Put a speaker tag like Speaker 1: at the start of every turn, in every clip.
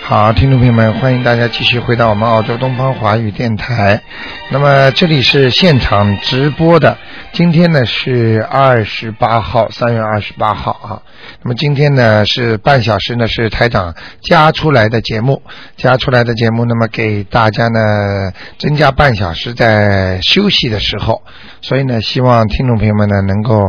Speaker 1: 好，听众朋友们，欢迎大家继续回到我们澳洲东方华语电台。那么这里是现场直播的，今天呢是二十八号，三月二十八号啊。那么今天呢是半小时呢是台长加出来的节目，加出来的节目，那么给大家呢增加半小时在休息的时候，所以呢希望听众朋友们呢能够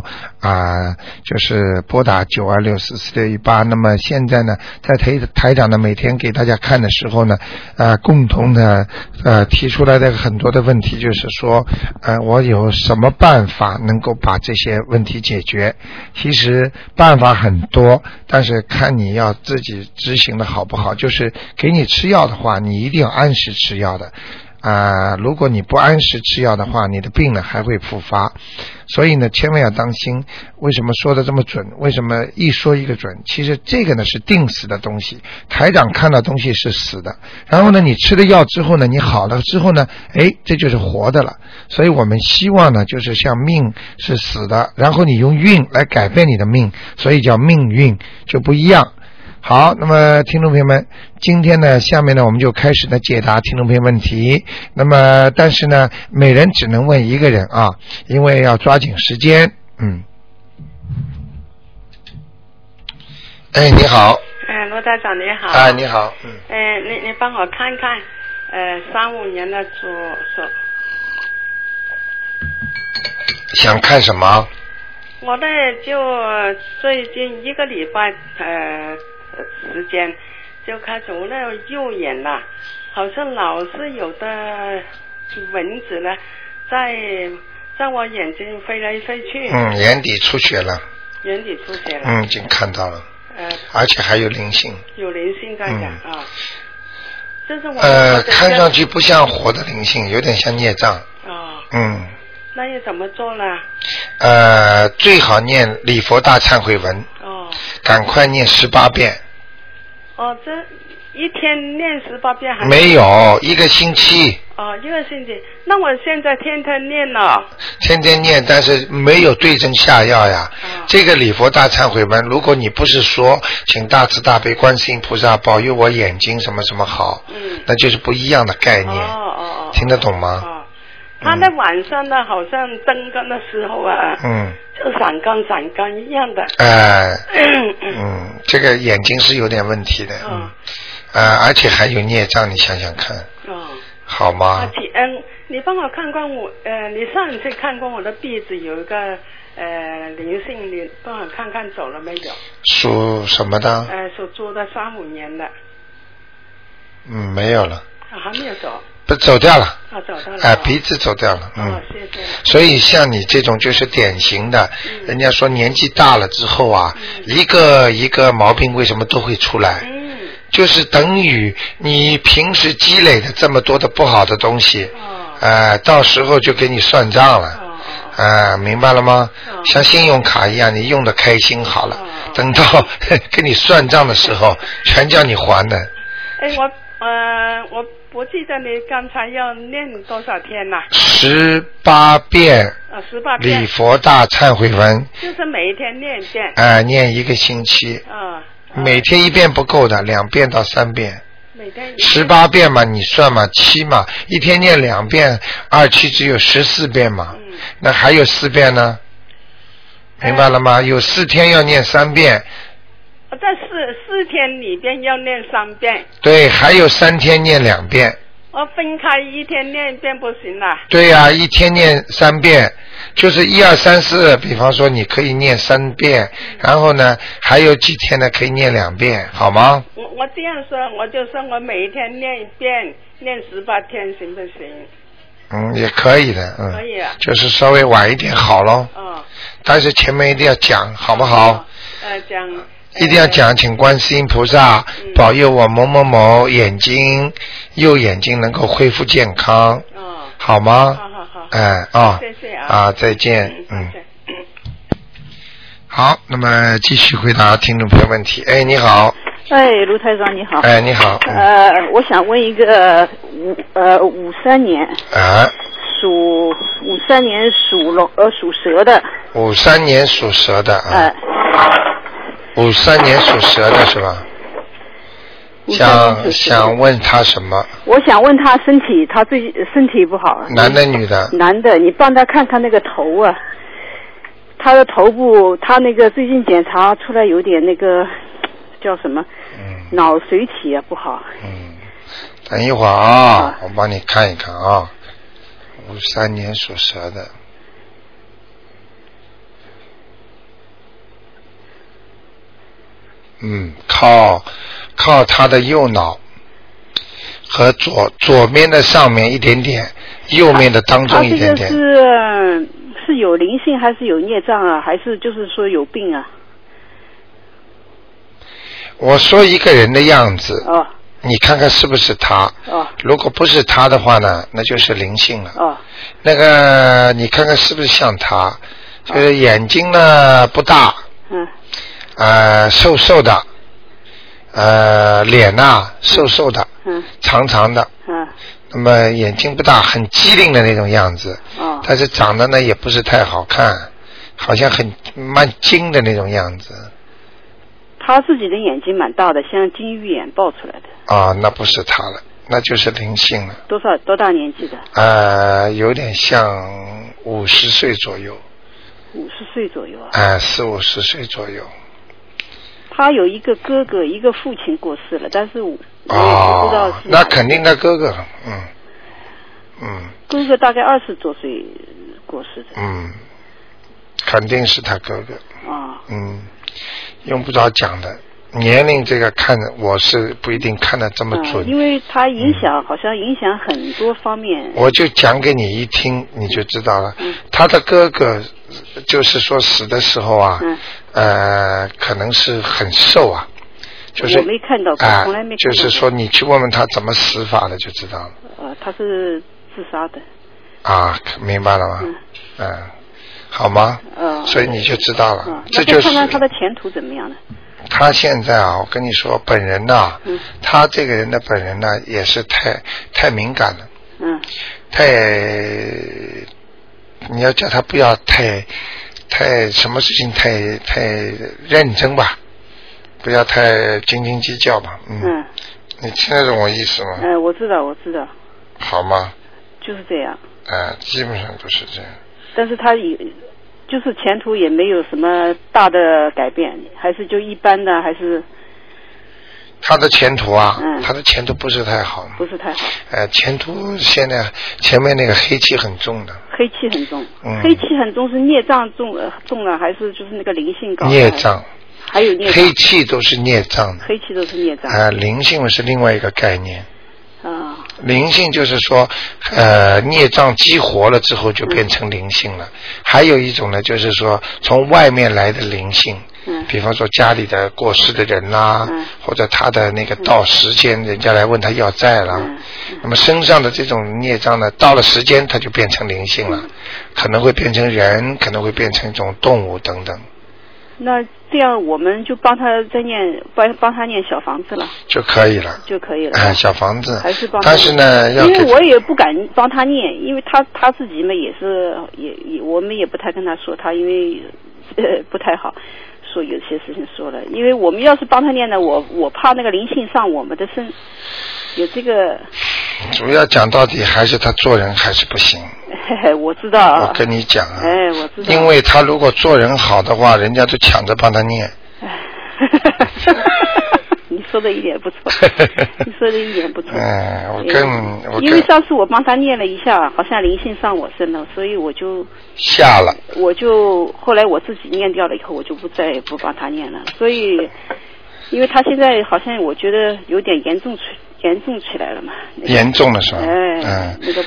Speaker 1: 啊、就是拨打九二六四四六一八。那么现在呢在台台长呢每天给大家看的时候呢，呃共同的呃提出来的很多的问题就是说，呃我有什么办法能够把这些问题解决？其实办法很多，但是看你要自己执行的好不好。就是给你吃药的话，你一定要按时吃药的。啊、如果你不按时吃药的话，你的病呢还会复发，所以呢，千万要当心。为什么说的这么准？为什么一说一个准？其实这个呢是定死的东西，台长看到东西是死的，然后呢，你吃了药之后呢，你好了之后呢，哎，这就是活的了。所以我们希望呢，就是像命是死的，然后你用运来改变你的命，所以叫命运就不一样。好，那么听众朋友们，今天呢，下面呢，我们就开始呢解答听众朋友问题。那么，但是呢，每人只能问一个人啊，因为要抓紧时间。嗯。哎，你好，
Speaker 2: 哎，罗台长你好。
Speaker 1: 哎，你好，嗯，
Speaker 2: 哎，你你帮我看看，呃，三五年的左手，
Speaker 1: 想看什么？
Speaker 2: 我呢就最近一个礼拜呃时间就开始我那右眼呐，好像老是有的蚊子呢，在在我眼睛飞来飞去，
Speaker 1: 嗯，眼底出血了，
Speaker 2: 眼底出血了，
Speaker 1: 嗯，已经看到了，
Speaker 2: 呃，
Speaker 1: 而且还有灵性，
Speaker 2: 有灵性在的啊。这是我
Speaker 1: 嗯呃，
Speaker 2: 我的
Speaker 1: 看
Speaker 2: 这
Speaker 1: 上去不像活的灵性，有点像孽障，
Speaker 2: 哦，
Speaker 1: 嗯。
Speaker 2: 那又怎么做呢？
Speaker 1: 呃，最好念礼佛大忏悔文，
Speaker 2: 哦。
Speaker 1: 赶快念十八遍。
Speaker 2: 哦，这一天念十八遍还是
Speaker 1: 没有一个星期，
Speaker 2: 哦，一个星期。那我现在天天念了，
Speaker 1: 天天念，但是没有对症下药呀。
Speaker 2: 哦
Speaker 1: 这个礼佛大忏悔文，如果你不是说请大慈大悲观世音菩萨保佑我眼睛什么什么好，
Speaker 2: 嗯，
Speaker 1: 那就是不一样的概
Speaker 2: 哦
Speaker 1: 念，
Speaker 2: 哦哦，
Speaker 1: 听得懂吗？
Speaker 2: 哦，他那晚上呢，好像灯光的时候啊，
Speaker 1: 嗯，
Speaker 2: 就闪光闪光一样的。
Speaker 1: 哎、嗯，这个眼睛是有点问题的，嗯
Speaker 2: 哦，
Speaker 1: 呃，而且还有孽障，你想想看，
Speaker 2: 哦，
Speaker 1: 好
Speaker 2: 阿
Speaker 1: 吗？
Speaker 2: 启恩，你帮我看看我，呃，你上次看过我的壁纸有一个呃灵性，你帮我看看走了没有？
Speaker 1: 啊属什么的？
Speaker 2: 呃，属猪的三五年的，
Speaker 1: 嗯，没有了，
Speaker 2: 啊还没有走，
Speaker 1: 不走掉了，
Speaker 2: 啊，走到了。
Speaker 1: 哎、鼻子走掉了，嗯。
Speaker 2: 哦，谢谢了。
Speaker 1: 所以像你这种就是典型的，
Speaker 2: 嗯
Speaker 1: 人家说年纪大了之后啊，
Speaker 2: 嗯
Speaker 1: 一个一个毛病为什么都会出来？
Speaker 2: 嗯，
Speaker 1: 就是等于你平时积累的这么多的不好的东西，
Speaker 2: 哦，
Speaker 1: 呃，到时候就给你算账了。
Speaker 2: 哦哦哦，
Speaker 1: 啊，明白了吗？
Speaker 2: 嗯
Speaker 1: 像信用卡一样，你用的开心好了
Speaker 2: 嗯，嗯
Speaker 1: 等到 跟你算账的时候，全叫你还的。
Speaker 2: 哎，我呃，我不记得你刚才要念多少天了，
Speaker 1: 十八遍
Speaker 2: 呃，十八
Speaker 1: 礼
Speaker 2: 遍，
Speaker 1: 佛大忏悔文，
Speaker 2: 就是每一天念一遍，
Speaker 1: 啊，念一个星期，
Speaker 2: 啊，啊
Speaker 1: 每天一遍不够的，两遍到三遍，
Speaker 2: 每天一遍
Speaker 1: 十，八遍嘛，你算嘛，七嘛，一天念两遍，二七只有十四遍嘛，
Speaker 2: 嗯，
Speaker 1: 那还有四遍呢，明白了
Speaker 2: 嗯
Speaker 1: 吗？有四天要念三遍，
Speaker 2: 我在四四天里边要念三遍，
Speaker 1: 对，还有三天念两遍，
Speaker 2: 我分开一天念一遍不行啦，
Speaker 1: 对呀、一天念三遍，就是一二三四，比方说你可以念三遍，然后呢，还有几天呢可以念两遍，好吗？
Speaker 2: 我我这样说，我就说我每一天念一遍，念十八天行不行？
Speaker 1: 嗯，也可以的，
Speaker 2: 可
Speaker 1: 嗯，
Speaker 2: 以啊，
Speaker 1: 就是稍微晚一点好喽。
Speaker 2: 哦，
Speaker 1: 但是前面一定要讲，好不好
Speaker 2: 哦？，呃，讲，
Speaker 1: 一定要讲，请观世音菩萨
Speaker 2: 嗯
Speaker 1: 保佑我某某某眼睛右眼睛能够恢复健康，
Speaker 2: 呃，哦，
Speaker 1: 好吗？
Speaker 2: 好好好，
Speaker 1: 哎啊
Speaker 2: 谢谢啊，
Speaker 1: 啊，再见
Speaker 2: 嗯，，
Speaker 1: 嗯
Speaker 2: 再，见。
Speaker 1: 好，那么继续回答听众朋友问题。哎，你好，
Speaker 3: 哎，卢台长你好。
Speaker 1: 哎，你好，嗯
Speaker 3: 呃，我想问一个五呃五三年
Speaker 2: 呃
Speaker 1: 啊，
Speaker 3: 属五三年属龙呃属蛇的
Speaker 1: 五三年属蛇的啊，
Speaker 3: 呃
Speaker 1: 五三年属蛇的是吧？
Speaker 3: 53年
Speaker 1: 想
Speaker 3: 属蛇
Speaker 1: 想问他什么？
Speaker 3: 我想问他身体，他最近身体不好。啊
Speaker 1: 男的女的？
Speaker 3: 男的，你帮他看看那个头啊，他的头部，他那个最近检查出来有点那个叫什么
Speaker 1: 嗯
Speaker 3: 脑水体啊不好。
Speaker 1: 嗯，等一会儿啊
Speaker 3: 啊，
Speaker 1: 我帮你看一看啊。五三年属蛇的，嗯，靠靠他的右脑和左左面的上面一点点，右面的当
Speaker 3: 他
Speaker 1: 中一
Speaker 3: 啊这
Speaker 1: 点
Speaker 3: 个
Speaker 1: 点。
Speaker 3: 是是有灵性还是有孽障啊？还是就是说有病啊？
Speaker 1: 我说一个人的样子，
Speaker 3: 哦
Speaker 1: 你看看是不是他？
Speaker 3: 哦
Speaker 1: 如果不是他的话呢，那就是灵性了。
Speaker 3: 哦
Speaker 1: 那个你看看是不是像他？就是眼睛呢不大，
Speaker 3: 嗯
Speaker 1: 呃，瘦瘦的，呃，脸呐、瘦瘦的，
Speaker 3: 嗯
Speaker 1: 长长的，
Speaker 3: 嗯
Speaker 1: 那么眼睛不大，很机灵的那种样子，
Speaker 3: 哦
Speaker 1: 但是长得呢也不是太好看，好像很蛮精的那种样子
Speaker 3: 他自己的眼睛蛮大的，像金鱼眼爆出来的。
Speaker 1: 啊，那不是他了，那就是灵性了，
Speaker 3: 多少多大年纪的？
Speaker 1: 呃，有点像五十岁左右，
Speaker 3: 五十岁左右啊。
Speaker 1: 啊、四五十岁左右，
Speaker 3: 他有一个哥哥，一个父亲过世了，但是我我也不知道
Speaker 1: 哦，
Speaker 3: 是哪
Speaker 1: 那
Speaker 3: 个。
Speaker 1: 肯定他哥哥了，嗯，嗯
Speaker 3: 哥哥大概二十多岁过世的。
Speaker 1: 嗯，肯定是他哥哥，
Speaker 3: 啊、
Speaker 1: 嗯，用不着讲的，年龄这个看着我是不一定看得这么
Speaker 3: 嗯，因
Speaker 1: 准，嗯
Speaker 3: 为他影响、好像影响很多方面。
Speaker 1: 我就讲给你一听你就知道了
Speaker 3: 嗯。
Speaker 1: 他的哥哥就是说死的时候啊，
Speaker 3: 嗯，
Speaker 1: 呃，可能是很瘦啊，就是
Speaker 3: 我没看到过，
Speaker 1: 啊
Speaker 3: 从来没看到
Speaker 1: 就
Speaker 3: 过。
Speaker 1: 是说你去问问他怎么死法的就知道了
Speaker 3: 呃，他是自杀的。
Speaker 1: 啊，明白了吗？
Speaker 3: 嗯
Speaker 1: 嗯，好吗？
Speaker 3: 呃，
Speaker 1: 所以你就知道了，
Speaker 3: 啊，
Speaker 1: 这
Speaker 3: 那
Speaker 1: 就是
Speaker 3: 再看看他的前途怎么样呢？
Speaker 1: 他现在啊，我跟你说，本人呐、
Speaker 3: 嗯
Speaker 1: 他这个人的本人呢，也是太太敏感了，
Speaker 3: 嗯
Speaker 1: 太你要叫他不要太太什么事情太太认真吧，不要太斤斤计较吧，嗯，
Speaker 3: 嗯，
Speaker 1: 你听得懂我意思吗？
Speaker 3: 呃，我知道，我知道，
Speaker 1: 好吗？
Speaker 3: 就是这样。
Speaker 1: 啊，基本上都是这样。
Speaker 3: 但是他也就是前途也没有什么大的改变，还是就一般的，还是
Speaker 1: 他的前途啊，
Speaker 3: 嗯
Speaker 1: 他的前途不是太好，
Speaker 3: 不是太好。
Speaker 1: 呃，前途现在前面那个黑气很重的，
Speaker 3: 黑气很重，
Speaker 1: 嗯
Speaker 3: 黑气很重是孽障重呃重了，还是就是那个灵性高？
Speaker 1: 孽，障，
Speaker 3: 还有孽障，
Speaker 1: 黑气都是孽障的。
Speaker 3: 黑气都是孽障
Speaker 1: 啊、灵性是另外一个概念，
Speaker 3: 啊
Speaker 1: 灵性就是说，呃，孽障激活了之后就变成灵性了。
Speaker 3: 嗯
Speaker 1: 还有一种呢，就是说从外面来的灵性，
Speaker 3: 嗯
Speaker 1: 比方说家里的过世的人啦，
Speaker 3: 嗯
Speaker 1: 或者他的那个到时间人家来问他要债啦，
Speaker 3: 嗯
Speaker 1: 那么身上的这种孽障呢，到了时间它就变成灵性
Speaker 3: 嗯
Speaker 1: 了，可能会变成人，可能会变成一种动物等等
Speaker 3: 那这样我们就帮他再念，帮帮他念小房子了
Speaker 1: 就可以了。
Speaker 3: 就可以了。
Speaker 1: 哎，小房子
Speaker 3: 还是帮，他
Speaker 1: 但是呢，要
Speaker 3: 因为
Speaker 1: 给
Speaker 3: 我也不敢帮他念，因为他他自己嘛也是也也我们也不太跟他说他，因为呃不太好说有些事情说了，因为我们要是帮他念呢，我我怕那个灵性上我们的身，有这个，
Speaker 1: 主要讲到底还是他做人还是不行。
Speaker 3: 嘿嘿，我知道
Speaker 1: 我
Speaker 3: 啊，
Speaker 1: 跟你讲啊，
Speaker 3: 哎我知道，
Speaker 1: 因为他如果做人好的话，人家都抢着帮他念。
Speaker 3: 哎 你说的一点不错，你说的一点不错。
Speaker 1: 哎我跟
Speaker 3: 哎
Speaker 1: 我跟
Speaker 3: 因为上次我帮他念了一下，好像灵性上我身了，所以我就
Speaker 1: 下了，
Speaker 3: 我就后来我自己念掉了以后，我就不再也不帮他念了。所以，因为他现在好像我觉得有点严重起严重起来了嘛。那个、
Speaker 1: 严重了是吧？
Speaker 3: 嗯哎，那个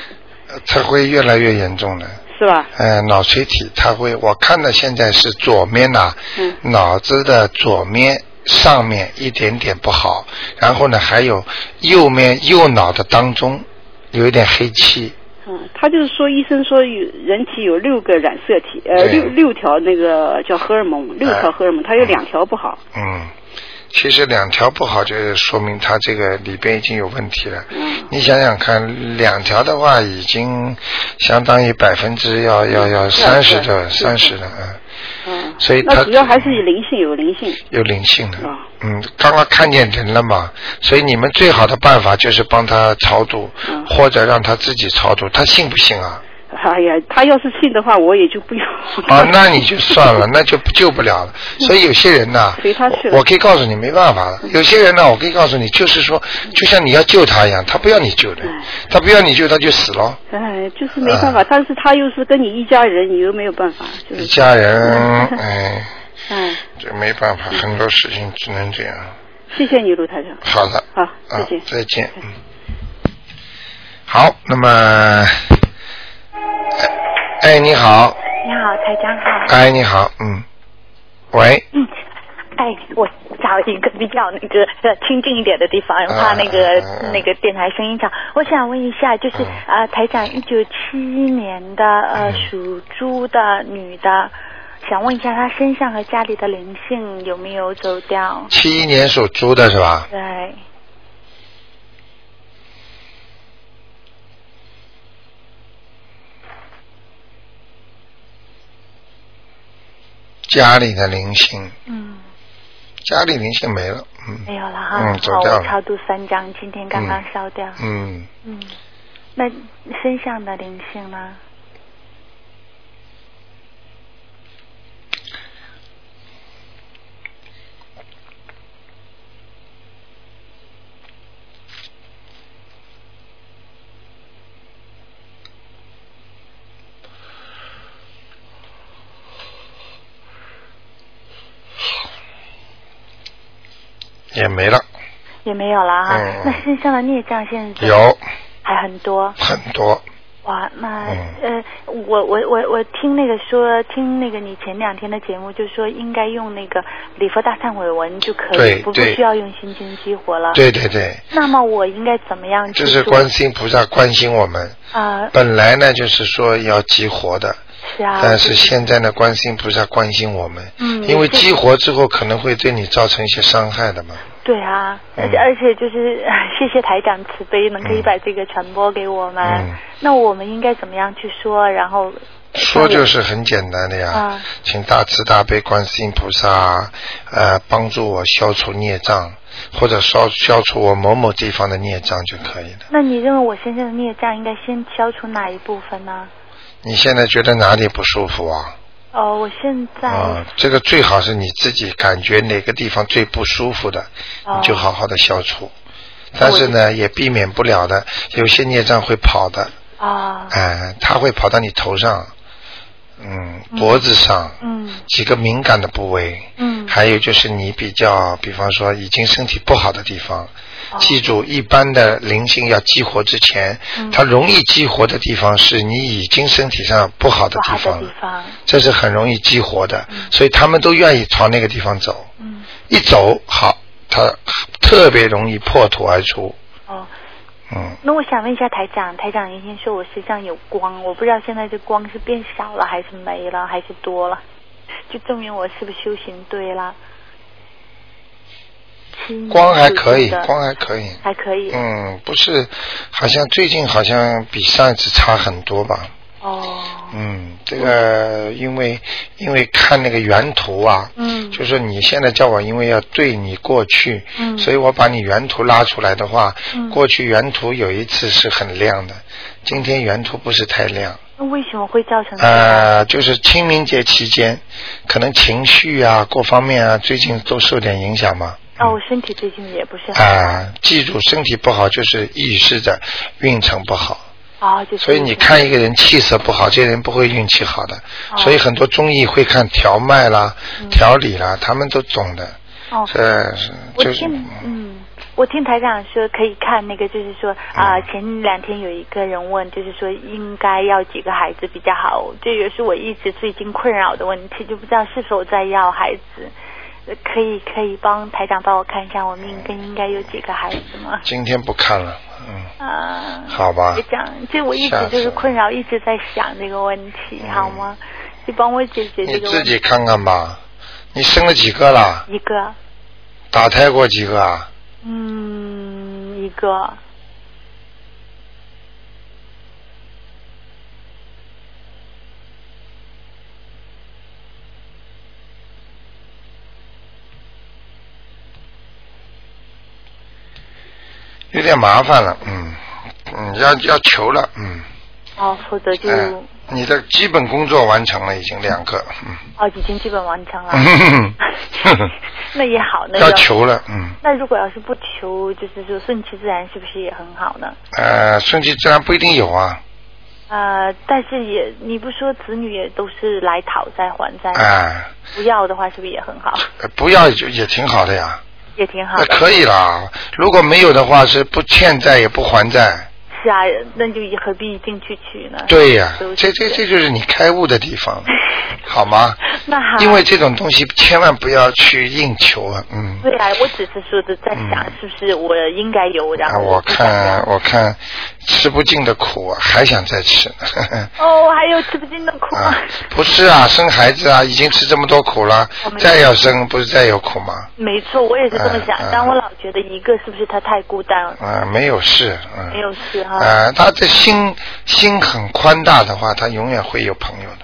Speaker 1: 嗯，他会越来越严重的。
Speaker 3: 是吧？
Speaker 1: 呃，脑垂体它会，我看的现在是左面呐、
Speaker 3: 嗯
Speaker 1: 脑子的左面上面一点点不好，然后呢还有右面右脑的当中有一点黑气，
Speaker 3: 嗯，他就是说，医生说有人体有六个染色体，呃，
Speaker 1: 对哎
Speaker 3: 六六条那个叫荷尔蒙，六条荷尔蒙，他有两条不好，
Speaker 1: 嗯，其实两条不好，就是说明他这个里边已经有问题了。
Speaker 3: 嗯
Speaker 1: 你想想看，两条的话已经相当于百分之要要要三十的
Speaker 3: 是
Speaker 1: 三十的，嗯，
Speaker 3: 嗯，
Speaker 1: 所以他
Speaker 3: 那主要还是有灵性，有灵性。
Speaker 1: 有灵性的
Speaker 3: 啊。
Speaker 1: 嗯，刚刚看见人了嘛，所以你们最好的办法就是帮他超度，
Speaker 3: 嗯
Speaker 1: 或者让他自己超度，他信不信 啊？
Speaker 3: 哎呀，他要是信的话，我也就不用。
Speaker 1: 啊，那你就算了，那 就救不了了。所以有些人呢，
Speaker 3: 嗯随他去了嗯
Speaker 1: 我我可以告诉你没办法了。有些人呢，我可以告诉你，就是说，就像你要救他一样，他不要你救的
Speaker 3: 哎，
Speaker 1: 他不要你救他就死了。
Speaker 3: 哎，就是没办法，但是他又是跟你一家人，你又没有办法，就
Speaker 1: 一
Speaker 3: 是
Speaker 1: 家 人，哎，
Speaker 4: 嗯
Speaker 3: 哎，
Speaker 1: 这没办法，很多事情只能这样。
Speaker 3: 谢谢你，卢台长。
Speaker 1: 好的，
Speaker 3: 好，
Speaker 1: 啊
Speaker 3: 谢谢。，
Speaker 1: 再见。嗯，好，那么，哎，哎你好，
Speaker 5: 你好，台长好。
Speaker 1: 哎，你好，嗯，喂，
Speaker 5: 嗯，哎，我找一个比较那个呃清静一点的地方，怕那个、
Speaker 1: 嗯嗯嗯
Speaker 5: 那个电台声音吵。我想问一下，就是
Speaker 1: 嗯
Speaker 5: 啊、呃台长一九七一年的呃
Speaker 1: 嗯
Speaker 5: 属猪的女的，想问一下她身上和家里的灵性有没有走掉？
Speaker 1: 七一年属猪的是吧？
Speaker 5: 对，
Speaker 1: 家里的灵性，
Speaker 5: 嗯，
Speaker 1: 家里灵性没了，嗯，
Speaker 5: 没有了哈。
Speaker 1: 嗯走
Speaker 5: 好，
Speaker 1: 掉了
Speaker 5: 我超度三张，今天刚刚
Speaker 1: 嗯
Speaker 5: 烧掉。
Speaker 1: 嗯，
Speaker 5: 嗯，那身上的灵性呢？
Speaker 1: 也没了，
Speaker 5: 也没有了哈。
Speaker 1: 嗯
Speaker 5: 那身上的孽障现在
Speaker 1: 有
Speaker 5: 还很多。
Speaker 1: 很多，
Speaker 5: 哇，那、
Speaker 1: 嗯
Speaker 5: 呃，我我我我听那个说，听那个你前两天的节目，就说应该用那个礼佛大忏悔文就可
Speaker 1: 对
Speaker 5: 以，不不
Speaker 1: 对
Speaker 5: 需要用心经激活
Speaker 3: 啊
Speaker 5: 了。。
Speaker 1: 对对对，
Speaker 5: 那么我应该怎么样去
Speaker 1: 这
Speaker 5: 做？
Speaker 1: 是观世音菩萨关心我们。
Speaker 5: 啊、
Speaker 1: 本来呢，就是说要激活的，
Speaker 5: 是啊。
Speaker 1: 但是现在呢，观世音菩萨关心我们，
Speaker 5: 嗯
Speaker 1: 因为
Speaker 5: 这
Speaker 1: 激活之后可能会对你造成一些伤害的嘛。
Speaker 5: 对啊，
Speaker 1: 嗯
Speaker 5: 而且、而且就是 唉谢谢台长慈悲，能可
Speaker 1: 嗯
Speaker 5: 以把这个传播给我们。
Speaker 1: 嗯
Speaker 5: 那我们应该怎么样去说？然后
Speaker 1: 说就是很简单的呀，
Speaker 5: 啊
Speaker 1: 请大慈大悲观世音菩萨，呃，帮助我消除孽障，或者消消除我某某地方的孽障就可以了。
Speaker 5: 那你认为我身上的孽障应该先消除哪一部分呢？
Speaker 1: 你现在觉得哪里不舒服啊？
Speaker 5: 哦，我现在、
Speaker 1: 啊、这个最好是你自己感觉哪个地方最不舒服的，
Speaker 5: 哦
Speaker 1: 你就好好的消除。但是呢，也避免不了的，有些孽障会跑的，
Speaker 5: 啊，
Speaker 1: 哎，它会跑到你头上，嗯，脖子上，
Speaker 5: 嗯
Speaker 1: 几个敏感的部位，
Speaker 5: 嗯，
Speaker 1: 还有就是你比较，比方说已经身体不好的地方，
Speaker 5: 哦
Speaker 1: 记住，一般的灵性要激活之前，
Speaker 5: 嗯
Speaker 1: 它容易激活的地方是你已经身体上不好的地
Speaker 5: 不好的
Speaker 1: 方
Speaker 5: 地
Speaker 1: 了，
Speaker 5: 方，
Speaker 1: 这是很容易激活的，
Speaker 5: 嗯
Speaker 1: 所以他们都愿意朝那个地方走，
Speaker 5: 嗯，
Speaker 1: 一走好，它特别容易破土而出，
Speaker 5: 哦，
Speaker 1: 嗯，
Speaker 5: 那我想问一下台长，台长原先说我身上有光，我不知道现在这光是变少了还是没了还是多了，就证明我是不是修行对了。七年
Speaker 1: 光还可以
Speaker 5: 属鸡的，
Speaker 1: 光还可以，
Speaker 5: 还可以，
Speaker 1: 嗯，不是，好像最近好像比上一次差很多吧，
Speaker 5: 哦，
Speaker 1: 嗯，这个因为因为看那个原图啊，
Speaker 5: 嗯
Speaker 1: 就说你现在叫我，因为要对你过去，
Speaker 5: 嗯
Speaker 1: 所以我把你原图拉出来的话，
Speaker 5: 嗯
Speaker 1: 过去原图有一次是很亮的，今天原图不是太亮，
Speaker 5: 那为什么会造成这样？
Speaker 1: 呃，就是清明节期间，可能情绪啊各方面啊，最近都受点影响嘛。
Speaker 5: 哦，我身体最近也不是
Speaker 1: 啊、
Speaker 5: 很好，
Speaker 1: 记住，身体不好就是预示着运程不好。
Speaker 5: 啊，就是
Speaker 1: 所以你看一个人气色不好，这人不会运气好的。
Speaker 5: 哦
Speaker 1: 所以很多中医会看调脉啦、
Speaker 5: 嗯
Speaker 1: 调理啦，他们都懂的。
Speaker 5: 哦，
Speaker 1: 这是
Speaker 5: 我
Speaker 1: 就是
Speaker 5: 听，嗯，我听台长说可以看那个，就是
Speaker 1: 嗯
Speaker 5: 说啊、前两天有一个人问，就是说应该要几个孩子比较好，这也是我一直最近困扰的问题，就不知道是否再要孩子。呃可以可以帮台长帮我看一下我命
Speaker 1: 嗯
Speaker 5: 根应该有几个孩子吗？
Speaker 1: 今天不看了，嗯，
Speaker 5: 啊，
Speaker 1: 好吧
Speaker 5: 台。长，这我一直就是困扰，一直在想这个问题，
Speaker 1: 嗯
Speaker 5: 好吗？就帮我解决
Speaker 1: 你
Speaker 5: 这个问
Speaker 1: 自己
Speaker 5: 题。
Speaker 1: 看看吧，你生了几个啦？
Speaker 5: 一个
Speaker 1: 打胎过几个啊？
Speaker 5: 嗯，一个。
Speaker 1: 有点麻烦了，嗯，嗯，要要求了，嗯，
Speaker 5: 哦，否则就、
Speaker 1: 哎，你的基本工作完成了，已经两个，嗯，
Speaker 5: 哦，已经基本完成 了。那也好，那
Speaker 1: 要
Speaker 5: 要
Speaker 1: 求了，嗯，
Speaker 5: 那如果要是不求，就是说顺其自然，是不是也很好呢？
Speaker 1: 呃，顺其自然不一定有啊，
Speaker 5: 呃，但是也你不说子女也都是来讨债还债，
Speaker 1: 哎、
Speaker 5: 不要的话是不是也很 好？
Speaker 1: 呃不要就也挺好的呀，
Speaker 5: 也挺好
Speaker 1: 那
Speaker 5: 的。
Speaker 1: 可以啦。如果没有的话，是不欠债也不还债，
Speaker 5: 是啊，那就也何必进去取呢？
Speaker 1: 对呀、
Speaker 5: 都是
Speaker 1: 这这这就是你开悟的地 方，好吗？
Speaker 5: 那好，
Speaker 1: 因为这种东西千万不要去硬求啊，嗯。
Speaker 5: 对啊，我只是说的在想
Speaker 1: 嗯，
Speaker 5: 是不是我应该有，然
Speaker 1: 啊，
Speaker 5: 后
Speaker 1: 我
Speaker 5: 不想要
Speaker 1: 看我看吃不尽的苦啊，还想再吃呢。 呵呵
Speaker 5: 哦，还有吃不尽的苦
Speaker 1: 啊，不是啊，生孩子啊，已经吃这么多苦了
Speaker 5: 我，们
Speaker 1: 再要生不是再有苦吗？
Speaker 5: 没错，我也是这么想
Speaker 1: 嗯嗯，
Speaker 5: 但我老觉得一个是不是他太孤单了，
Speaker 1: 啊，没有事，嗯，
Speaker 5: 没有事哈，
Speaker 1: 啊，他的心心很宽大的话，他永远会有朋友的，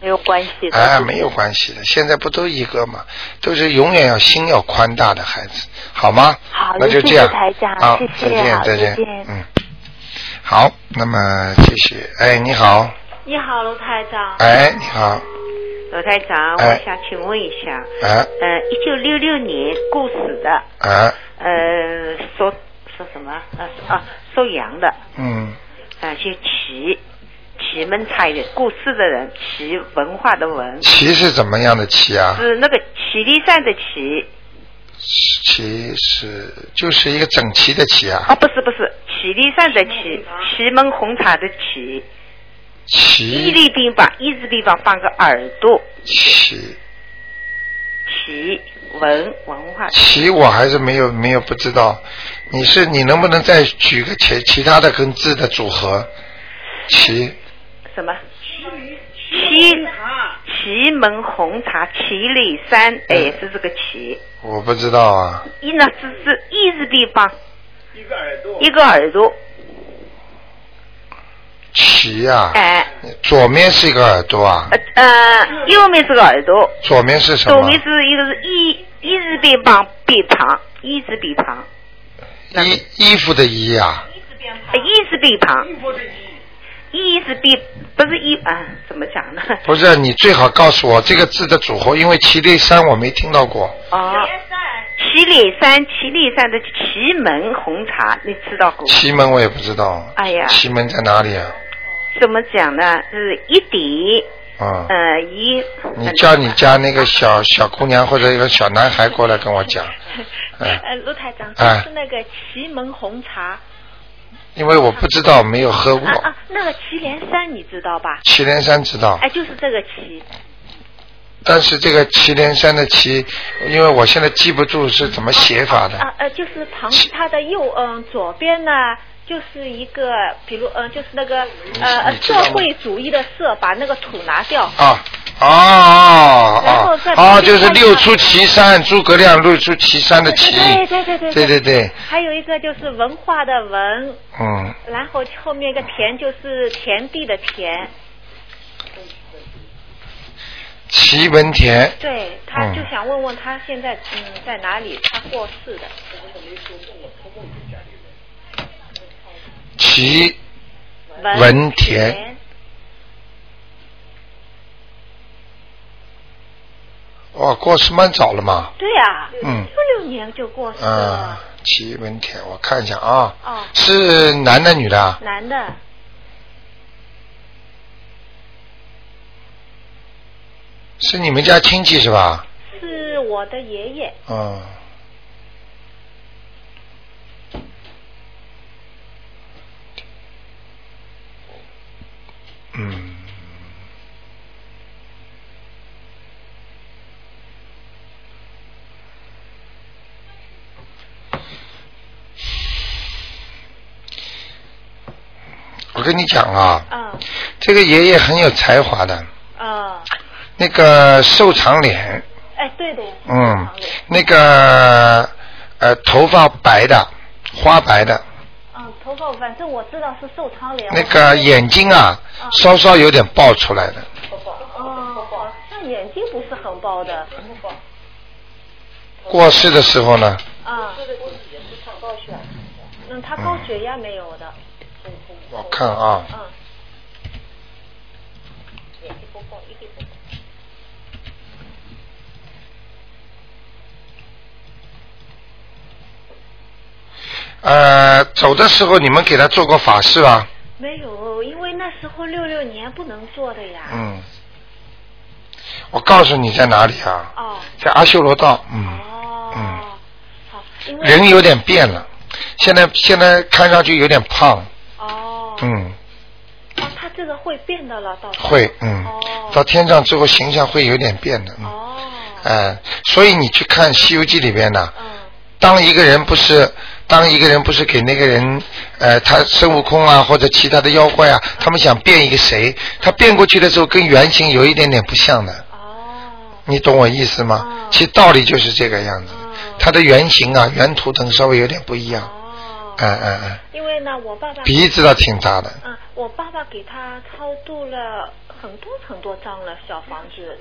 Speaker 5: 没有关系的。
Speaker 1: 啊，没有关系的。现在不都一个嘛，都是永远要心要宽大的孩子，好吗？
Speaker 5: 好
Speaker 1: 那就
Speaker 5: 谢谢
Speaker 1: 这样，
Speaker 5: 台长
Speaker 1: 好，
Speaker 5: 谢
Speaker 1: 再
Speaker 5: 谢
Speaker 1: 见，
Speaker 5: 好
Speaker 1: 再见
Speaker 5: 再见，
Speaker 1: 嗯，好，那么继续，哎，你好，
Speaker 4: 你好，卢台长。
Speaker 1: 哎，你好，
Speaker 4: 卢台长，
Speaker 1: 哎
Speaker 4: 我想请问一下，
Speaker 1: 哎
Speaker 4: 呃，一九六六年过世的，
Speaker 1: 哎，
Speaker 4: 呃，说说什么？呃啊，说羊的，
Speaker 1: 嗯，
Speaker 4: 啊，姓齐，祁门菜园过世的人，齐文化的文，
Speaker 1: 棋是怎么样的棋啊？
Speaker 4: 是那个祁立山的祁，
Speaker 1: 棋是就是一个整齐的棋
Speaker 4: 啊，
Speaker 1: 啊，
Speaker 4: 不是不是，祁立山的祁，祁门红茶的祁，伊
Speaker 1: 棋
Speaker 4: 犁地方，伊字地方放个耳朵，
Speaker 1: 棋
Speaker 4: 祁文文化，
Speaker 1: 棋我还是没有没有不知道，你是你能不能再举个其其他的跟字的组合？棋
Speaker 4: 什么？祁祁门红茶，祁里山，哎，是这个祁。
Speaker 1: 我不知道啊，
Speaker 4: 一呢是是一字地方，一个耳朵，
Speaker 1: 棋啊，
Speaker 4: 哎，
Speaker 1: 左面是一个耳朵啊
Speaker 4: 呃，呃，右面是个耳朵，
Speaker 1: 左面是什
Speaker 4: 左
Speaker 1: 么？
Speaker 4: 面是一个是一一字边旁边旁，一字边旁，
Speaker 1: 衣衣服的衣啊，
Speaker 4: 呃一字边旁，一字边不是一啊，怎么讲呢？
Speaker 1: 不是你最好告诉我这个字的组合，因为棋类三我没听到过。
Speaker 4: 哦，祁连山，祁连山的祁门红茶，你吃到过？
Speaker 1: 奇门我也不知道。
Speaker 4: 哎呀
Speaker 1: 奇门在哪里啊？
Speaker 4: 怎么讲呢？是一点，
Speaker 1: 嗯。
Speaker 4: 呃，一。
Speaker 1: 你叫
Speaker 6: 呃
Speaker 1: 你家那个小小姑娘或者一个小男孩过来跟我 讲，嗯，
Speaker 6: 呃，卢台长，
Speaker 1: 哎
Speaker 6: 就是那个祁门红茶
Speaker 1: 因为我不知道，没有喝过
Speaker 6: 啊。啊，那个祁连山你知道吧？
Speaker 1: 祁连山知道，
Speaker 6: 哎，就是这个祁，
Speaker 1: 但是这个祁连山的祁，因为我现在记不住是怎么写法的。
Speaker 6: 啊呃，就是旁它的右
Speaker 5: 呃
Speaker 6: 嗯左边呢。就是一个，比如嗯，就是那个呃
Speaker 1: 你
Speaker 6: 呃
Speaker 1: 知
Speaker 6: 社
Speaker 1: 道吗
Speaker 6: 会主义的社，把那个土拿掉，
Speaker 1: 啊哦哦
Speaker 6: 然后
Speaker 1: 哦
Speaker 6: 再
Speaker 1: 哦，
Speaker 6: 旁边
Speaker 1: 就是
Speaker 6: 看一下
Speaker 1: 六出祁山，诸葛亮六出祁山的祁。
Speaker 6: 对对对对
Speaker 1: 对对对，
Speaker 6: 还有一个就是文化的文，
Speaker 1: 嗯，
Speaker 6: 然后后面一个田就是田地的田，
Speaker 1: 祁文田，
Speaker 6: 对，他
Speaker 1: 嗯
Speaker 6: 就想问问他现在嗯在哪里，他过世的。
Speaker 1: 祁文
Speaker 6: 文
Speaker 1: 田哦，过世蛮早了嘛，
Speaker 6: 对啊，
Speaker 1: 嗯
Speaker 6: 六六年就过世
Speaker 1: 嗯
Speaker 6: 了，，
Speaker 1: 祁文田，我看一下啊，
Speaker 6: 哦
Speaker 1: 是男的女的啊？
Speaker 6: 男的，
Speaker 1: 是你们家亲戚是吧？
Speaker 6: 是我的爷爷，
Speaker 1: 嗯。嗯，我跟你讲啊，
Speaker 6: 嗯
Speaker 1: 这个爷爷很有才华的，
Speaker 5: 呃
Speaker 6: 嗯，
Speaker 1: 那个瘦长脸，
Speaker 6: 哎，对的，
Speaker 1: 嗯，那个呃，头发白的，花白的，
Speaker 5: 嗯，头发反正我知道是受苍了。
Speaker 1: 那个眼睛啊，稍稍有点爆出来的，
Speaker 5: 哦，好像眼睛不是很包的。
Speaker 1: 过世的时候呢，
Speaker 5: 啊。嗯，他高血压没有
Speaker 1: 嗯
Speaker 5: 的。
Speaker 1: 我看啊，
Speaker 5: 嗯。
Speaker 1: 呃，走的时候你们给他做过法事吧？
Speaker 5: 没有，因为那时候六六年不能做的呀。
Speaker 1: 嗯，我告诉你在哪里啊？
Speaker 5: 哦
Speaker 1: 在阿修罗道，嗯，
Speaker 5: 哦，
Speaker 1: 嗯
Speaker 5: 好，因为
Speaker 1: 人有点变了，现在现在看上去有点胖，
Speaker 5: 哦，
Speaker 1: 嗯，
Speaker 5: 哦，他这个会变的了，到时候
Speaker 1: 会，嗯，到
Speaker 5: 哦
Speaker 1: 天上之后形象会有点变的，嗯，
Speaker 5: 哦，
Speaker 1: 哎、所以你去看《西游记》里边呢，
Speaker 5: 嗯
Speaker 1: 当一个人不是，当一个人不是给那个人，呃，他孙悟空啊或者其他的妖怪啊，他们想变一个谁，他变过去的时候跟原型有一点点不像的，
Speaker 5: 哦
Speaker 1: 你懂我意思吗
Speaker 5: 嗯？
Speaker 1: 其实道理就是这个样子
Speaker 5: 嗯，
Speaker 1: 他的原型啊、原图腾稍微有点不一样，
Speaker 5: 哦，
Speaker 1: 哎哎哎，
Speaker 5: 因为呢，我爸爸
Speaker 1: 鼻子倒挺大的，
Speaker 5: 嗯，我爸爸给他超度了很多很多张了小房子。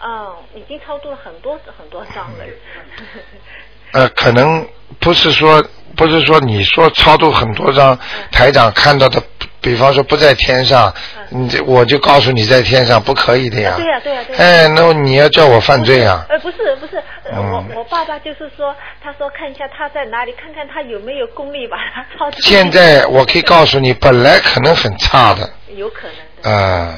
Speaker 5: 嗯，已经超度了很多很多张了。
Speaker 1: 呃，可能不是说不是说你说超度很多张台长看到的，比方说不在天上，你这我就告诉你在天上不可以的呀。
Speaker 5: 对呀对呀对呀
Speaker 1: 哎，那你要叫我犯罪啊？
Speaker 5: 呃，不是不是，呃
Speaker 1: 嗯
Speaker 5: 我我爸爸就是说，他说看一下他在哪里，看看他有没有功力把他超度。
Speaker 1: 现在我可以告诉你，本来可能很差的，
Speaker 5: 有可能的，
Speaker 1: 呃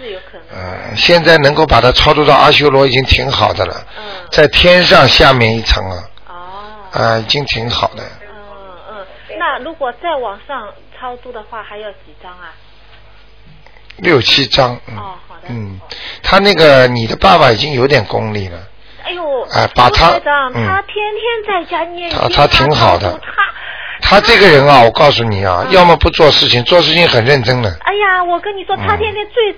Speaker 5: 是有可能。
Speaker 1: 呃，现在能够把它超度到阿修罗已经挺好的了，
Speaker 5: 嗯，
Speaker 1: 在天上下面一层啊，
Speaker 5: 哦，
Speaker 1: 啊、已经挺好的。
Speaker 5: 嗯嗯，那如果再往上超度的话，还要几张啊？
Speaker 1: 六七张，嗯，
Speaker 5: 哦好的
Speaker 1: 嗯，他那个你的爸爸已经有点功力了，
Speaker 5: 哎呦，
Speaker 1: 哎把
Speaker 5: 卢
Speaker 1: 他
Speaker 5: 台长
Speaker 1: 嗯
Speaker 5: 他天天在家念经，
Speaker 1: 他他挺好的
Speaker 5: 照顾他，
Speaker 1: 他这个人
Speaker 5: 嗯
Speaker 1: 啊，我告诉你啊，要么不做事情，做事情很认真的，
Speaker 5: 哎呀，我跟你说，他
Speaker 1: 嗯
Speaker 5: 天天最、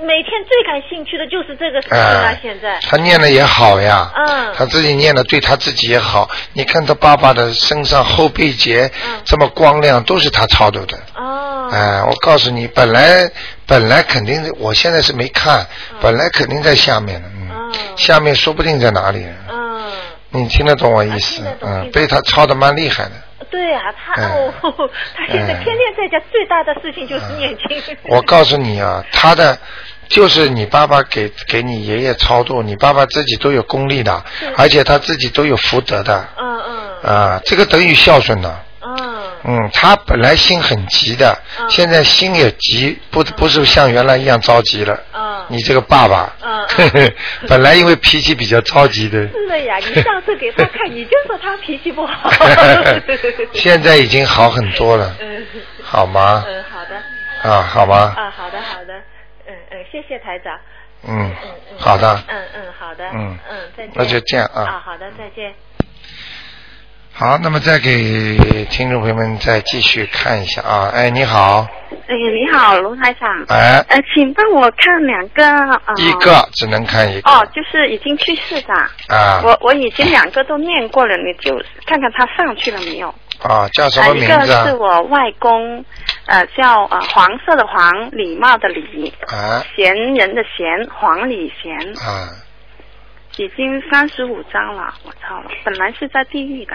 Speaker 5: 每天最感兴趣的就是这个事情了、
Speaker 1: 哎，
Speaker 5: 啊现在，
Speaker 1: 他念的也好呀，
Speaker 5: 嗯
Speaker 1: 他自己念的对他自己也好。你看他爸爸的身上后背节
Speaker 5: 嗯
Speaker 1: 这么光亮，都是他操作的。
Speaker 5: 哦，
Speaker 1: 哎，我告诉你，本来本来肯定，我现在是没看，本来肯定在下面的，嗯，
Speaker 5: 嗯
Speaker 1: 下面说不定在哪里。
Speaker 5: 嗯，
Speaker 1: 你听得懂我意
Speaker 5: 啊
Speaker 1: 思
Speaker 5: 听得？
Speaker 1: 嗯，
Speaker 5: 懂听得懂
Speaker 1: 被他操的蛮厉害的。
Speaker 5: 对啊，他、
Speaker 1: 哎
Speaker 5: 哦， 他现在
Speaker 1: 哎
Speaker 5: 天天在家最大的事情就是念经。
Speaker 1: 我告诉你啊，他的就是你爸爸给给你爷爷操作，你爸爸自己都有功力的，而且他自己都有福德的。
Speaker 5: 嗯嗯
Speaker 1: 啊，这个等于孝顺呢。
Speaker 5: 嗯
Speaker 1: 嗯，他本来心很急的，
Speaker 5: 嗯
Speaker 1: 现在心也急，不不是像原来一样着急了。
Speaker 5: 嗯，
Speaker 1: 你这个爸爸，
Speaker 5: 嗯
Speaker 1: 本来因为脾气比较着急 的，
Speaker 5: 是的呀，你上次给他 看，你就说他脾气不好。
Speaker 1: 现在已经好很多了，
Speaker 5: 嗯
Speaker 1: 好吗？
Speaker 5: 嗯，好的
Speaker 1: 啊，好吗？
Speaker 5: 啊，好的好的，嗯嗯，谢谢台长。
Speaker 1: 嗯
Speaker 5: 嗯，嗯
Speaker 1: 好的。
Speaker 5: 嗯嗯，好的。
Speaker 1: 嗯
Speaker 5: 嗯，再见。
Speaker 1: 那就这样啊
Speaker 5: 啊，好的，再见。
Speaker 1: 好，那么再给听众朋友们再继续看一下啊。哎，你好，
Speaker 4: 哎，你好，卢台长。
Speaker 1: 哎，
Speaker 4: 呃，请帮我看两个呃、
Speaker 1: 一个只能看一个。
Speaker 4: 哦，就是已经去世的。
Speaker 1: 啊
Speaker 4: 我我已经两个都念过了，你就看看他上去了没有？
Speaker 1: 啊，叫什
Speaker 4: 啊，
Speaker 1: 么
Speaker 4: 一
Speaker 1: 名
Speaker 4: 个
Speaker 1: 字啊
Speaker 4: 是？我外公，呃，叫呃黄色的黄，礼貌的礼，
Speaker 1: 啊
Speaker 4: 闲人的闲，黄礼贤，
Speaker 1: 啊，
Speaker 4: 已经三十五章了，我操了，本来是在地狱的。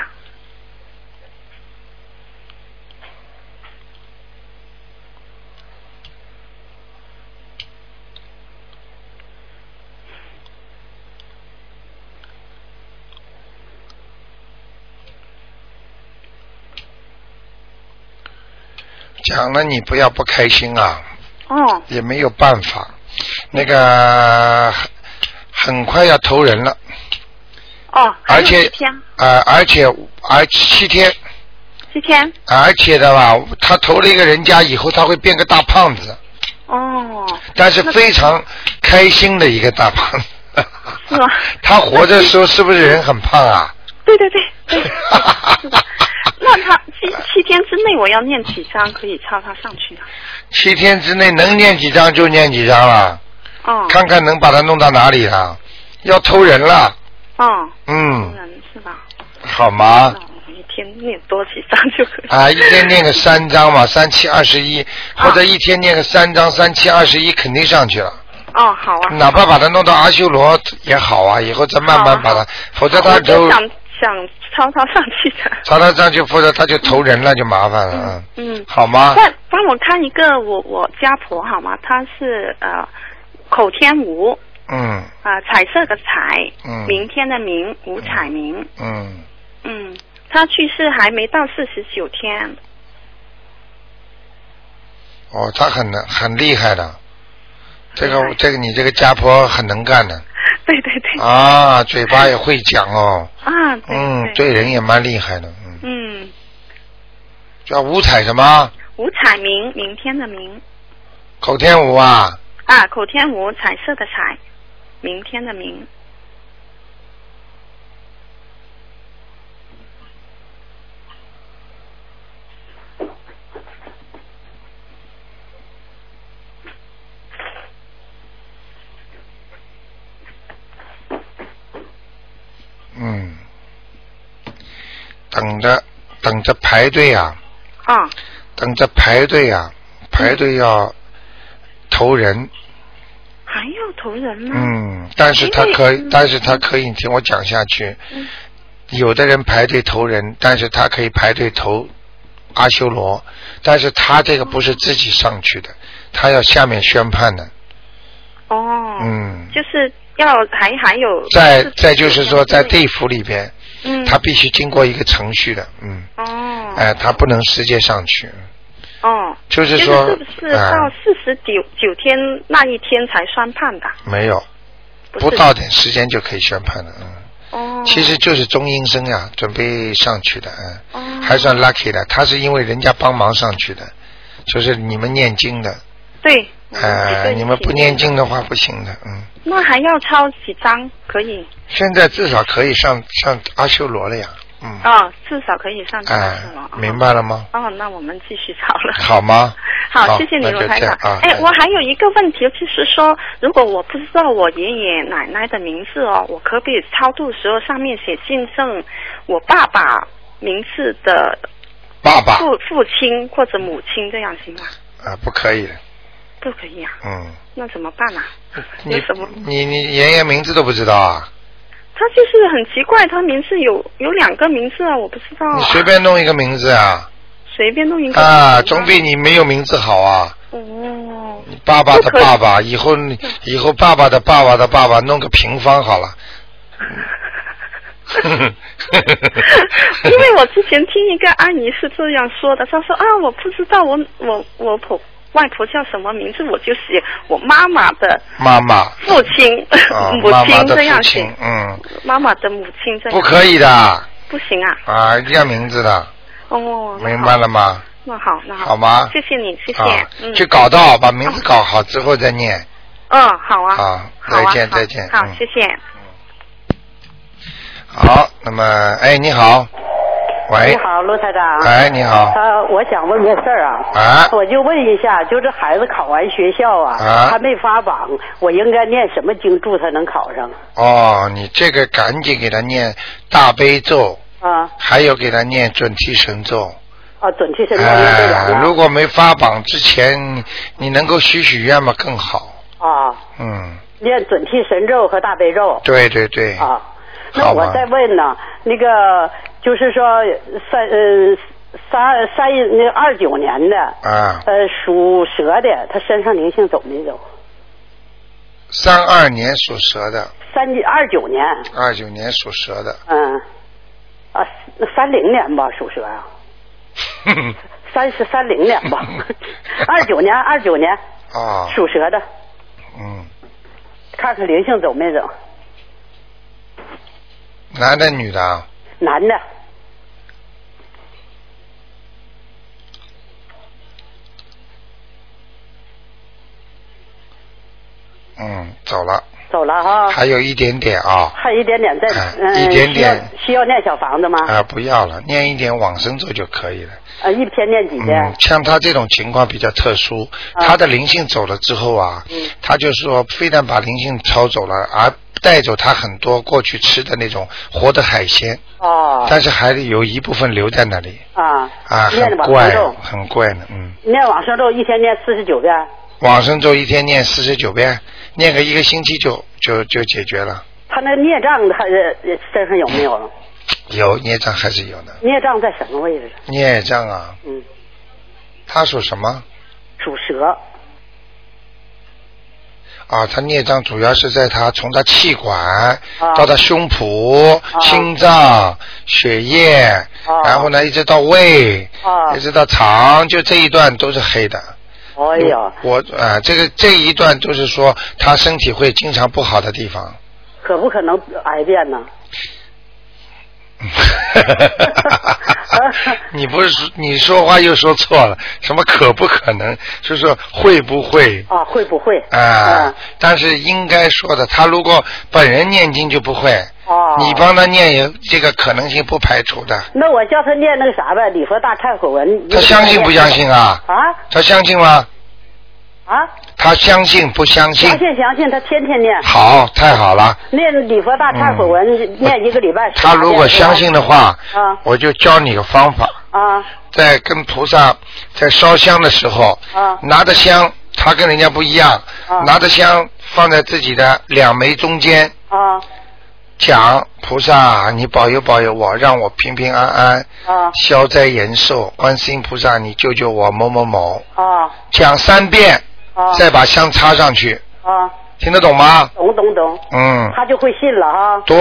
Speaker 1: 讲了你不要不开心啊。
Speaker 4: 哦，
Speaker 1: 也没有办法。那个很很快要投人了，
Speaker 4: 哦，还
Speaker 1: 而
Speaker 4: 有
Speaker 1: 且
Speaker 4: 几天，
Speaker 1: 呃，而且而七天，
Speaker 4: 七天，
Speaker 1: 而且的吧，他投了一个人家以后，他会变个大胖子，
Speaker 4: 哦，
Speaker 1: 但是非常开心的一个大胖子。
Speaker 4: 是吗
Speaker 1: 他活着的时候是不是人很胖啊？
Speaker 4: 对对对对，是的。那他七七天之内我要念几张可以超他上去呢？
Speaker 1: 七天之内能念几张就念几张了，
Speaker 4: 哦，
Speaker 1: 看看能把他弄到哪里了。要偷人了，
Speaker 4: 哦，
Speaker 1: 嗯，
Speaker 4: 嗯，是吧？
Speaker 1: 好吗？
Speaker 4: 那我一天念多几张就可以。啊
Speaker 1: 啊，一天念个三章嘛，三七二十一，或者一天念个三章，三七二十一肯定上去了。
Speaker 4: 哦，好啊。
Speaker 1: 哪怕把它弄到阿修罗也好啊，以后再慢慢把它，否则它
Speaker 4: 我
Speaker 1: 就
Speaker 4: 就想想抄他上去的。
Speaker 1: 朝他上去，否则它就投人了，就麻烦了，嗯
Speaker 4: 嗯，
Speaker 1: 好吗？
Speaker 4: 帮帮我看一个我我家婆好吗？她是呃口天吴
Speaker 1: 嗯
Speaker 4: 啊、呃彩色的彩，
Speaker 1: 嗯
Speaker 4: 明天的明吴彩明，
Speaker 1: 嗯，
Speaker 4: 嗯，她去世还没到四十九天，
Speaker 1: 哦，他很能很厉害的，这个
Speaker 4: 厉害
Speaker 1: 这个你这个家婆很能干 的
Speaker 4: 对对对，
Speaker 1: 啊，嘴巴也会讲哦，
Speaker 4: 啊对
Speaker 1: 嗯，
Speaker 4: 对，
Speaker 1: 对人也蛮厉害的，嗯，
Speaker 4: 嗯，
Speaker 1: 叫五彩什么？
Speaker 4: 吴彩明明天的明
Speaker 1: 口天吴啊，
Speaker 4: 啊口天吴彩色的彩，明天的明，
Speaker 1: 嗯，等着等着排队啊，
Speaker 4: 啊
Speaker 1: 等着排队啊，排队要投人。
Speaker 4: 还要投人吗？
Speaker 1: 嗯，但是他
Speaker 4: 因为
Speaker 1: 可以
Speaker 4: 嗯，
Speaker 1: 但是他可以，你听我讲下去。有的人排队投人，但是他可以排队投阿修罗，但是他这个不是自己上去的，他要下面宣判的。
Speaker 4: 哦，
Speaker 1: 嗯，
Speaker 4: 就是要还还有
Speaker 1: 再再就是说，在
Speaker 4: 对
Speaker 1: 地府里边，
Speaker 4: 嗯
Speaker 1: 他必须经过一个程序的。嗯，
Speaker 4: 哦
Speaker 1: 哎，他不能直接上去。
Speaker 4: 哦，
Speaker 1: 就是
Speaker 4: 就是
Speaker 1: 说，
Speaker 4: 是不是
Speaker 1: 啊
Speaker 4: 到四十九九天那一天才算判的？
Speaker 1: 没有，
Speaker 4: 是
Speaker 1: 不到点时间就可以宣判了，嗯，
Speaker 4: 哦，
Speaker 1: 其实就是中阴身啊，准备上去的，嗯，
Speaker 4: 哦
Speaker 1: 还算 lucky 的，他是因为人家帮忙上去的，就是你们念经的，
Speaker 4: 对，
Speaker 1: 呃，
Speaker 4: 对
Speaker 1: 你们不念，经的话不行的，嗯，
Speaker 4: 那还要抄几张可以？
Speaker 1: 现在至少可以上上阿修罗了呀，嗯，
Speaker 4: 哦，至少可以上去
Speaker 1: 哎
Speaker 4: 了。，哦
Speaker 1: 明。白了吗？
Speaker 4: 哦，那我们继续抄了。
Speaker 1: 好吗？
Speaker 4: 好，谢谢你，
Speaker 1: 那就
Speaker 4: 罗台
Speaker 1: 这
Speaker 4: 长
Speaker 1: 样啊。。
Speaker 4: 哎，我还有一个问题，就是说，如果我不知道我爷爷奶奶的名字哦，我可不可以超度时候上面写敬赠我爸爸名字的
Speaker 1: 爸爸
Speaker 4: 父父亲或者母亲这样行吗？
Speaker 1: 啊，不可以的，
Speaker 4: 不可以啊，
Speaker 1: 嗯，
Speaker 4: 那怎么办啊？
Speaker 1: 你
Speaker 4: 有什么
Speaker 1: 你你爷爷名字都不知道啊？
Speaker 4: 他就是很奇怪，他名字有有两个名字啊，我不知道、啊。
Speaker 1: 你随便弄一个名字啊？
Speaker 4: 随便弄一个
Speaker 1: 啊，
Speaker 4: 名字
Speaker 1: 总比你没有名字好啊！
Speaker 4: 哦
Speaker 1: 你爸爸的
Speaker 4: 不可以嗯
Speaker 1: 爸爸，以后你以后爸爸的爸爸的爸爸弄个平方好了。
Speaker 4: 因为我之前听一个阿姨是这样说的，她说啊，我不知道我我我婆外婆叫什么名字，我就写我妈妈的
Speaker 1: 妈妈
Speaker 4: 父亲、
Speaker 1: 啊
Speaker 4: 母，
Speaker 1: 妈妈
Speaker 4: 亲
Speaker 1: 的
Speaker 4: 这
Speaker 1: 父
Speaker 4: 样写
Speaker 1: 亲，，嗯，
Speaker 4: 妈妈的母亲这样
Speaker 1: 不可以的
Speaker 4: 不行啊，
Speaker 1: 啊，一定要名字的，
Speaker 4: 哦，那好
Speaker 1: 明白了吗？
Speaker 4: 那好那好
Speaker 1: 好吗
Speaker 4: 谢谢你，谢谢，
Speaker 1: 啊，
Speaker 4: 嗯，
Speaker 1: 去搞到把名字搞好之后再念。
Speaker 4: 嗯，好啊，
Speaker 1: 好
Speaker 4: 好啊
Speaker 1: 再见
Speaker 4: 好
Speaker 1: 再见
Speaker 4: 好
Speaker 1: 嗯，
Speaker 4: 谢谢，
Speaker 1: 好，那么哎，你好，
Speaker 7: 你
Speaker 1: 喂，
Speaker 7: 好，罗台长。
Speaker 1: 哎，你好，
Speaker 7: 呃，我想问个事儿啊。
Speaker 1: 啊
Speaker 7: 我就问一下，就这孩子考完学校啊，
Speaker 1: 啊
Speaker 7: 他没发榜，我应该念什么经祝他能考上？
Speaker 1: 哦，你这个赶紧给他念大悲咒，
Speaker 7: 啊
Speaker 1: 还有给他念准提神咒。
Speaker 7: 啊，准确是念啊这
Speaker 1: 哎、
Speaker 7: 两
Speaker 1: 如
Speaker 7: 个
Speaker 1: 果没发榜之前，你你能够许许愿嘛更好。
Speaker 7: 啊，
Speaker 1: 嗯，
Speaker 7: 念准提神咒和大悲咒
Speaker 1: 对对对，
Speaker 7: 啊。那
Speaker 1: 好
Speaker 7: 我
Speaker 1: 吧
Speaker 7: 再问呢，那个就是说三呃三三那二九年的
Speaker 1: 啊，
Speaker 7: 呃属蛇的，他身上灵性走没走？
Speaker 1: 三二年属蛇的，
Speaker 7: 三二九年，
Speaker 1: 二九年属蛇的，，
Speaker 7: 嗯，啊三零年吧，属蛇啊。三十三零年吧 二九年，二九年
Speaker 1: 啊，
Speaker 7: 属蛇的，
Speaker 1: 嗯，
Speaker 7: 看看灵性走没走？
Speaker 1: 男的女的啊，
Speaker 7: 男的，
Speaker 1: 嗯，走了，
Speaker 7: 走了哈，
Speaker 1: 还有一点点啊，
Speaker 7: 还有一点点在，
Speaker 1: 哎
Speaker 7: 嗯，
Speaker 1: 一点点
Speaker 7: 需要需要念小房子吗？
Speaker 1: 啊，不要了，念一点往生咒就可以了。
Speaker 7: 啊，一天念几
Speaker 1: 嗯
Speaker 7: 遍？，
Speaker 1: 像他这种情况比较特殊，
Speaker 7: 啊嗯
Speaker 1: 他的灵性走了之后啊，他就说非但把灵性抄走了，而带走他很多过去吃的那种活的海鲜，
Speaker 7: 哦，
Speaker 1: 但是还有一部分留在那里
Speaker 7: 啊
Speaker 1: 啊，
Speaker 7: 念
Speaker 1: 很
Speaker 7: 往
Speaker 1: 怪
Speaker 7: 生咒，，
Speaker 1: 很怪的，嗯。
Speaker 7: 念往生咒一天念四十九遍，
Speaker 1: 往生咒一天念四十九遍，念个一个星期就就就解决了，
Speaker 7: 他那孽障他呃身上有没
Speaker 1: 嗯
Speaker 7: 有？
Speaker 1: 有孽障还是有的，
Speaker 7: 孽障在什么位置？
Speaker 1: 孽障啊，
Speaker 7: 嗯，
Speaker 1: 他属什么
Speaker 7: 属蛇。
Speaker 1: 啊？他孽障主要是在他从他气管
Speaker 7: 啊
Speaker 1: 到他胸脯、心脏、血液，然后呢一直到胃，
Speaker 7: 啊
Speaker 1: 一，直到肠，就这一段都是黑的。
Speaker 7: 哎呀，
Speaker 1: 我啊、这个这一段就是说他身体会经常不好的地方。
Speaker 7: 可不可能癌变呢？
Speaker 1: 你不是说你说话又说错了，什么可不可能？就是说会不会
Speaker 7: 啊，会不会？嗯
Speaker 1: 啊、但是应该说的，他如果本人念经就不会，
Speaker 7: 哦，
Speaker 1: 你帮他念也这个可能性不排除的。
Speaker 7: 那我叫他念那个啥呗，礼佛大忏悔文。
Speaker 1: 他相信不相信啊？
Speaker 7: 啊
Speaker 1: 他相信吗？
Speaker 7: 啊，
Speaker 1: 他相信不相信
Speaker 7: 相？信相信，他天天念，
Speaker 1: 好，太好了。
Speaker 7: 念礼佛大忏悔文念一个礼拜。
Speaker 1: 嗯他如果相信的话，
Speaker 7: 啊
Speaker 1: 我就教你个方法，
Speaker 7: 啊
Speaker 1: 在跟菩萨在烧香的时候，
Speaker 7: 啊
Speaker 1: 拿着香，他跟人家不一样，
Speaker 7: 啊
Speaker 1: 拿着香放在自己的两眉中间，
Speaker 7: 啊
Speaker 1: 讲菩萨，你保佑保佑我，让我平平安安，
Speaker 7: 啊
Speaker 1: 消灾延寿。观世音菩萨，你救救我某某某，
Speaker 7: 啊
Speaker 1: 讲三遍，
Speaker 7: 啊
Speaker 1: 再把香插上去，
Speaker 7: 啊，
Speaker 1: 听得懂吗？
Speaker 7: 懂懂懂，
Speaker 1: 嗯，
Speaker 7: 他就会信了啊。
Speaker 1: 对，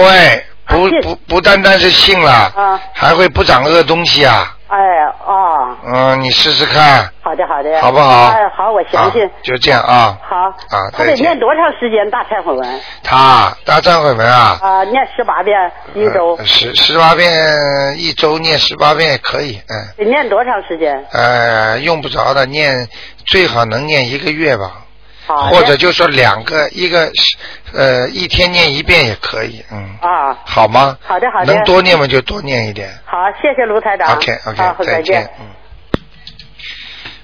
Speaker 1: 不
Speaker 7: 啊这
Speaker 1: 不不单单是信了，
Speaker 7: 啊
Speaker 1: 还会不长恶东西啊。
Speaker 7: 哎啊，
Speaker 1: 嗯，你试试看，
Speaker 7: 好的好的，
Speaker 1: 好不好？
Speaker 7: 哎，好，我相信
Speaker 1: 啊。就这样啊。
Speaker 7: 好
Speaker 1: 啊
Speaker 7: 他
Speaker 1: 再
Speaker 7: 得
Speaker 1: 见
Speaker 7: 念多长时间大忏悔文？
Speaker 1: 他大忏悔文啊，
Speaker 7: 啊，念十八遍一周
Speaker 1: 呃，十十八遍一周念十八遍也可以，嗯，
Speaker 7: 得念多长时间？
Speaker 1: 呃，用不着的念，最好能念一个月吧，
Speaker 7: 好的，
Speaker 1: 或者就说两个，一个是呃一天念一遍也可以，嗯，
Speaker 7: 啊，
Speaker 1: 好吗？
Speaker 7: 好的好的
Speaker 1: 能多念嘛就多念一点。
Speaker 7: 好，谢谢卢台长。
Speaker 1: OK
Speaker 7: 啊好
Speaker 1: OK，，
Speaker 7: 再见。
Speaker 1: 嗯。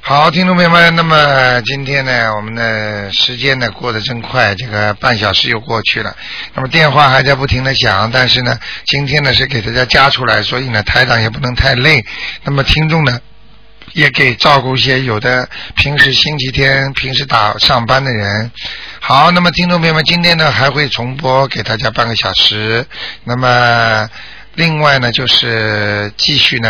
Speaker 1: 好，听众朋友们，那么今天呢，我们的时间呢过得真快，这个半小时又过去了。那么电话还在不停的响，但是呢，今天呢是给大家加出来，所以呢台长也不能太累。那么听众呢，也给照顾一些有的平时星期天平时打上班的人。好，那么听众朋友们，今天呢还会重播给大家半个小时。那么另外呢就是继续呢。